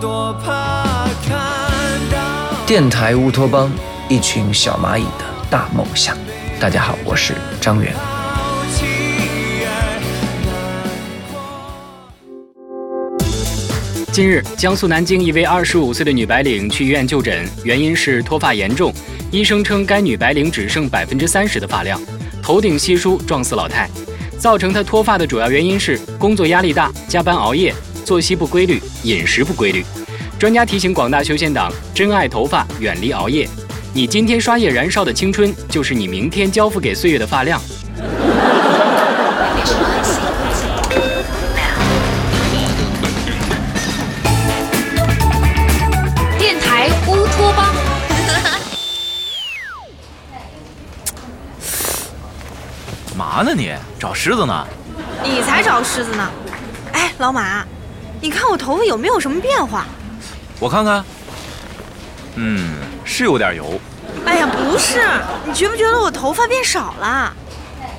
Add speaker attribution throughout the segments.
Speaker 1: 多怕看到。
Speaker 2: 电台乌托邦，一群小蚂蚁的大梦想。大家好，我是张元。
Speaker 1: 好奇儿
Speaker 3: 哎
Speaker 4: 近日，江苏南京一位25岁的女白领去医院就诊，原因是脱发严重。医生称该女白领只剩百分之三十的发量，头顶稀疏，撞死老太。造成她脱发的主要原因是工作压力大、加班熬夜、作息不规律、饮食不规律。专家提醒广大修仙党，珍爱头发，远离熬夜。你今天刷夜燃烧的青春，就是你明天交付给岁月的发量。
Speaker 5: 电台乌托邦。
Speaker 3: 干嘛呢你？找狮子呢？
Speaker 6: 你才找狮子呢！哎，老马，你看我头发有没有什么变化？
Speaker 3: 我看看。嗯，是有点油。
Speaker 6: 哎呀，不是，你觉不觉得我头发变少了？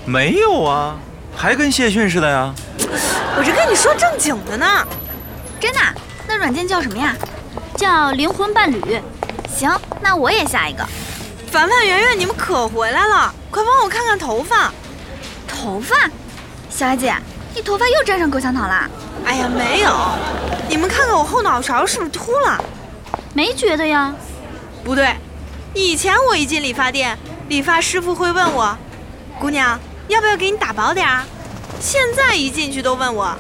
Speaker 3: 没有啊，还跟谢逊似的呀。
Speaker 6: 我这跟你说正经的呢。
Speaker 7: 真的啊？那软件叫什么呀？ 叫灵魂伴侣。行，那我也下一个。
Speaker 6: 凡凡、圆圆，你们可回来了，快帮我看看头发。
Speaker 7: 头发，小姐，你头发又沾上口香糖啦？
Speaker 6: 哎呀，没有，你们看看我后脑勺是不是秃了？
Speaker 7: 没觉得呀。
Speaker 6: 不对，以前我一进理发店，理发师傅会问我：“姑娘，要不要给你打薄点儿？”现在一进去都问我：“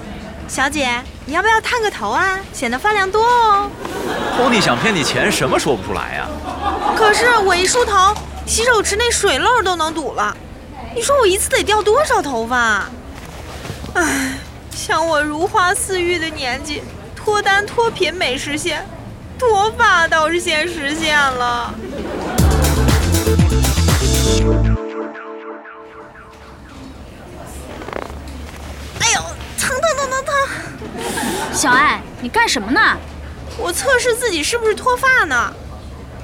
Speaker 6: 小姐，你要不要烫个头啊？显得发量多哦。
Speaker 3: Tony 想骗你钱，什么说不出来啊呀、”
Speaker 6: 可是我一梳头，洗手池那水漏都能堵了。你说我一次得掉多少头发啊？唉，像我如花似玉的年纪，脱单脱贫没实现，脱发倒是先实现了。哎呦，疼疼疼疼疼！
Speaker 7: 小爱，你干什么呢？
Speaker 6: 我测试自己是不是脱发呢？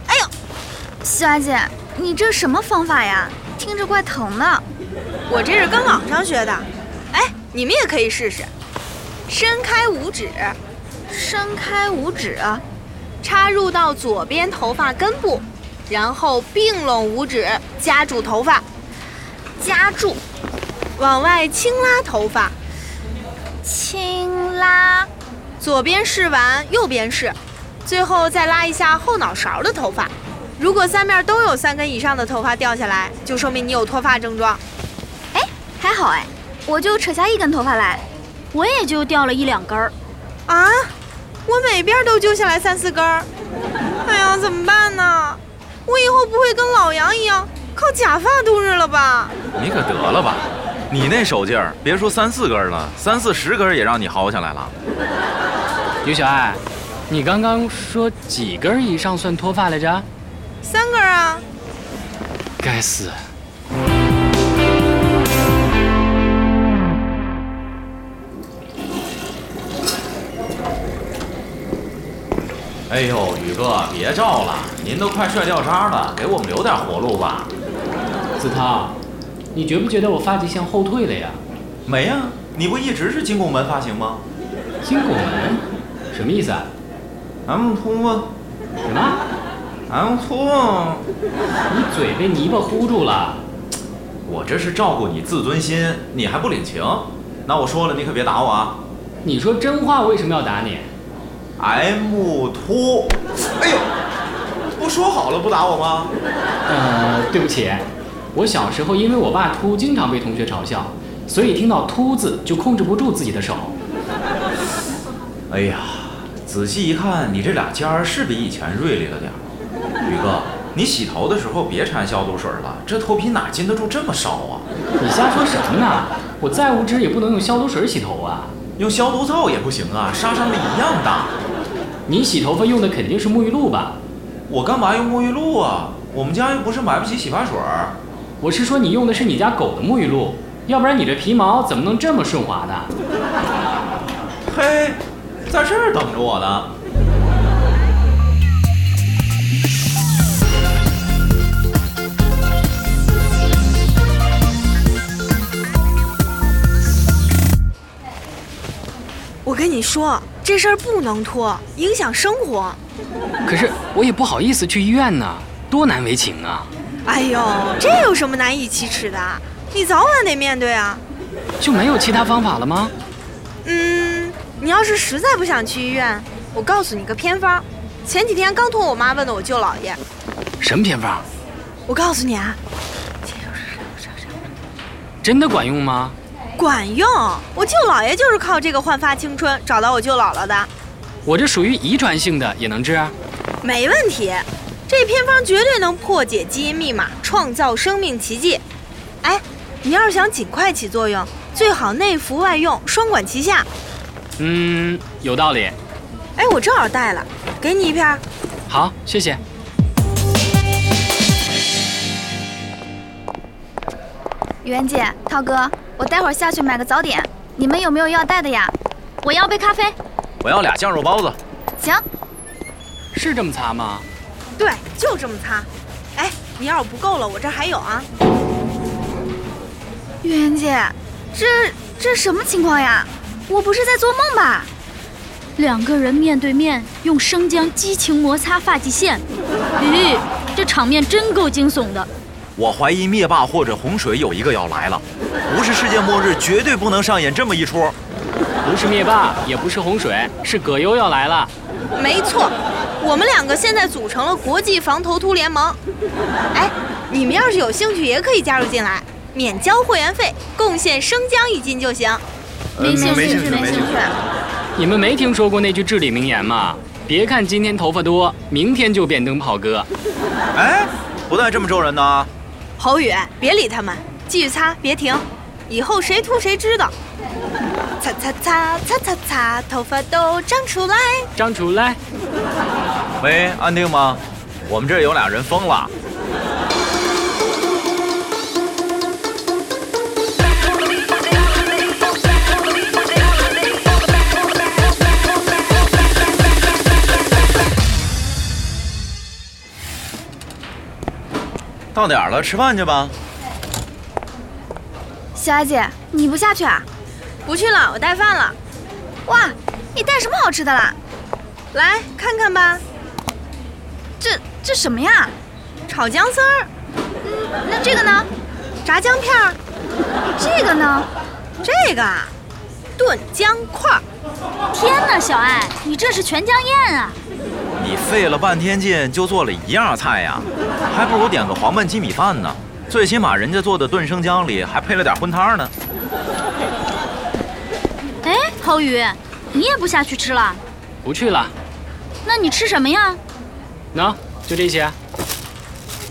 Speaker 6: 哎呦，
Speaker 7: 小姐，你这什么方法呀？听着怪疼的。
Speaker 6: 我这是跟网上学的，哎，你们也可以试试。伸开五指，
Speaker 7: 伸开五指，
Speaker 6: 啊插入到左边头发根部，然后并拢五指夹住头发，
Speaker 7: 夹住，
Speaker 6: 往外轻拉头发，
Speaker 7: 轻拉，
Speaker 6: 左边试完，右边试，最后再拉一下后脑勺的头发。如果三面都有三根以上的头发掉下来，就说明你有脱发症状。
Speaker 7: 还好哎，我就扯下一根头发来，我也就掉了一两根儿。
Speaker 6: 啊！我每边都揪下来三四根儿，哎呀，怎么办呢？我以后不会跟老杨一样靠假发度日了吧？
Speaker 3: 你可得了吧，你那手劲儿，别说三四根了，三四十根也让你薅下来了。
Speaker 4: 于小爱，哎你刚刚说几根儿以上算脱发来着？
Speaker 6: 三根儿啊！
Speaker 4: 该死！
Speaker 3: 哎呦，宇哥，别照了，您都快帅掉渣了，给我们留点活路吧。
Speaker 4: 子韬，你觉不觉得我发际线后退了呀？
Speaker 3: 没呀、你不一直是金拱门发型吗？
Speaker 4: 金拱门，什么意思啊？
Speaker 3: 俺秃吗？
Speaker 4: 什么？
Speaker 3: 俺秃吗？
Speaker 4: 你嘴被泥巴糊住了？
Speaker 3: 我这是照顾你自尊心，你还不领情？那我说了，你可别打我啊！
Speaker 4: 你说真话为什么要打你？
Speaker 3: M 秃，哎呦，不说好了不打我吗？
Speaker 4: 呃，对不起，我小时候因为我爸秃，经常被同学嘲笑，所以听到秃字就控制不住自己的手。
Speaker 3: 哎呀，仔细一看，你这俩尖儿是比以前锐利了点儿。宇哥，你洗头的时候别掺消毒水了，这头皮哪经得住这么烧啊？
Speaker 4: 你瞎说什么呢？我再无知也不能用消毒水洗头啊！
Speaker 3: 用消毒皂也不行啊，杀伤力一样大。
Speaker 4: 你洗头发用的肯定是沐浴露吧？
Speaker 3: 我干嘛用沐浴露啊？我们家又不是买不起洗发水儿。
Speaker 4: 我是说你用的是你家狗的沐浴露，要不然你这皮毛怎么能这么顺滑呢？
Speaker 3: 嘿，在这儿等着我呢。
Speaker 6: 我跟你说，这事儿不能拖，影响生活。
Speaker 4: 可是我也不好意思去医院呢，多难为情啊！
Speaker 6: 哎呦，这有什么难以启齿的？你早晚得面对啊。
Speaker 4: 就没有其他方法了吗？
Speaker 6: 嗯，你要是实在不想去医院，我告诉你个偏方。前几天刚托我妈问的我舅姥爷，
Speaker 4: 什么偏方？
Speaker 6: 我告诉你啊，
Speaker 4: 真的管用吗？
Speaker 6: 管用。我舅姥爷就是靠这个焕发青春，找到我舅姥姥的，
Speaker 4: 我这属于遗传性的，也能治啊？
Speaker 6: 没问题。这偏方绝对能破解基因密码，创造生命奇迹。哎，你要是想尽快起作用，最好内服外用，双管齐下。
Speaker 4: 嗯，有道理。
Speaker 6: 哎，我正好带了，给你一片儿。
Speaker 4: 好，谢谢。
Speaker 7: 袁姐、涛哥，我待会儿下去买个早点，你们有没有要带的呀？我要杯咖啡。
Speaker 3: 我要俩酱肉包子。
Speaker 7: 行，
Speaker 4: 是这么擦吗？
Speaker 6: 对，就这么擦。哎，你要是不够了，我这还有啊。
Speaker 7: 袁姐，这这什么情况呀？我不是在做梦吧？两个人面对面用生姜激情摩擦发际线，咦，这场面真够惊悚的。
Speaker 3: 我怀疑灭霸或者洪水有一个要来了，不是世界末日，绝对不能上演这么一出。
Speaker 4: 不是灭霸，也不是洪水，是葛优要来了。
Speaker 6: 没错，我们两个现在组成了国际防头秃联盟。哎，你们要是有兴趣，也可以加入进来，免交会员费，贡献生姜一斤就行。
Speaker 7: 呃没兴趣，没兴趣，没兴趣。
Speaker 4: 你们没听说过那句至理名言吗？别看今天头发多，明天就变灯泡哥。
Speaker 3: 哎，不带这么咒人的啊。
Speaker 6: 侯宇，别理他们，继续擦，别停，以后谁秃谁知道。擦擦擦擦擦擦，头发都长出来。
Speaker 4: 张楚来，
Speaker 3: 喂，安定吗？我们这儿有俩人疯了。到点儿了，吃饭去吧。
Speaker 7: 小艾姐，你不下去啊？
Speaker 6: 不去了，我带饭了。
Speaker 7: 哇，你带什么好吃的啦？
Speaker 6: 来看看吧，
Speaker 7: 这这什么呀？嗯
Speaker 6: 炒姜丝儿，
Speaker 7: 那这个呢？
Speaker 6: 炸姜片儿，
Speaker 7: 这个呢？
Speaker 6: 这个啊，炖姜块儿。
Speaker 7: 天哪，小艾，你这是全江宴啊！
Speaker 3: 你费了半天劲就做了一样菜呀，还不如点个黄焖鸡米饭呢。最起码人家做的炖生姜里还配了点荤汤呢。
Speaker 7: 哎，侯宇，你也不下去吃了？
Speaker 4: 不去了。
Speaker 7: 那你吃什么呀？
Speaker 4: 喏、就这些。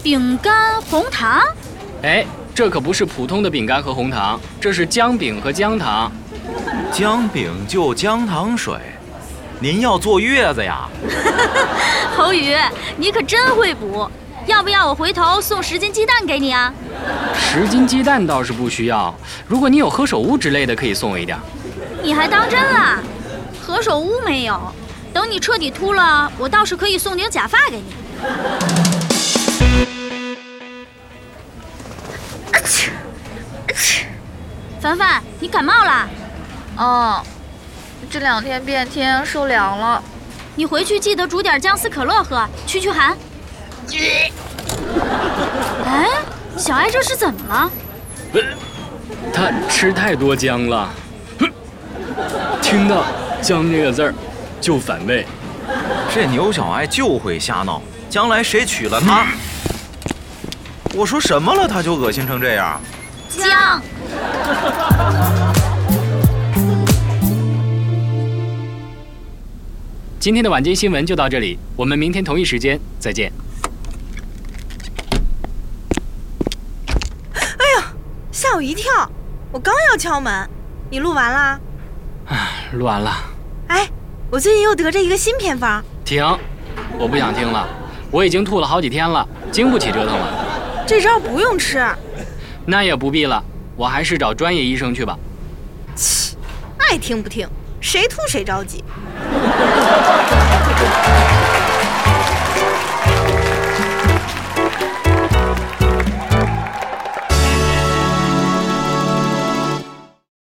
Speaker 7: 饼干、红糖？
Speaker 4: 哎，这可不是普通的饼干和红糖，这是姜饼和姜糖。
Speaker 3: 姜饼就姜糖水，您要坐月子呀？
Speaker 7: 侯宇，你可真会补，要不要我回头送十斤鸡蛋给你啊？
Speaker 4: 十斤鸡蛋倒是不需要，如果你有何首乌之类的，可以送我一点。
Speaker 7: 你还当真啦？何首乌没有，等你彻底秃了，我倒是可以送顶假发给你。啊嚏啊嚏凡凡，你感冒啦？
Speaker 8: 嗯，这两天变天，受凉了。
Speaker 7: 你回去记得煮点姜丝可乐喝，驱驱寒。哎，小艾这是怎么了？
Speaker 4: 他吃太多姜了， 哼听到“姜”这个字儿就反胃。
Speaker 3: 这牛小爱就会瞎闹，将来谁娶了她？我说什么了，她就恶心成这样。
Speaker 7: 姜。
Speaker 4: 今天的晚间新闻就到这里，我们明天同一时间再见。
Speaker 6: 吓我一跳！我刚要敲门，你录完啦？
Speaker 4: 录完了，
Speaker 6: 哎，我最近又得着一个新偏方，
Speaker 4: 停，我不想听了，我已经吐了好几天了，经不起折腾了。
Speaker 6: 这招不用吃。
Speaker 4: 那也不必了，我还是找专业医生去吧。
Speaker 6: 爱听不听，谁吐谁着急。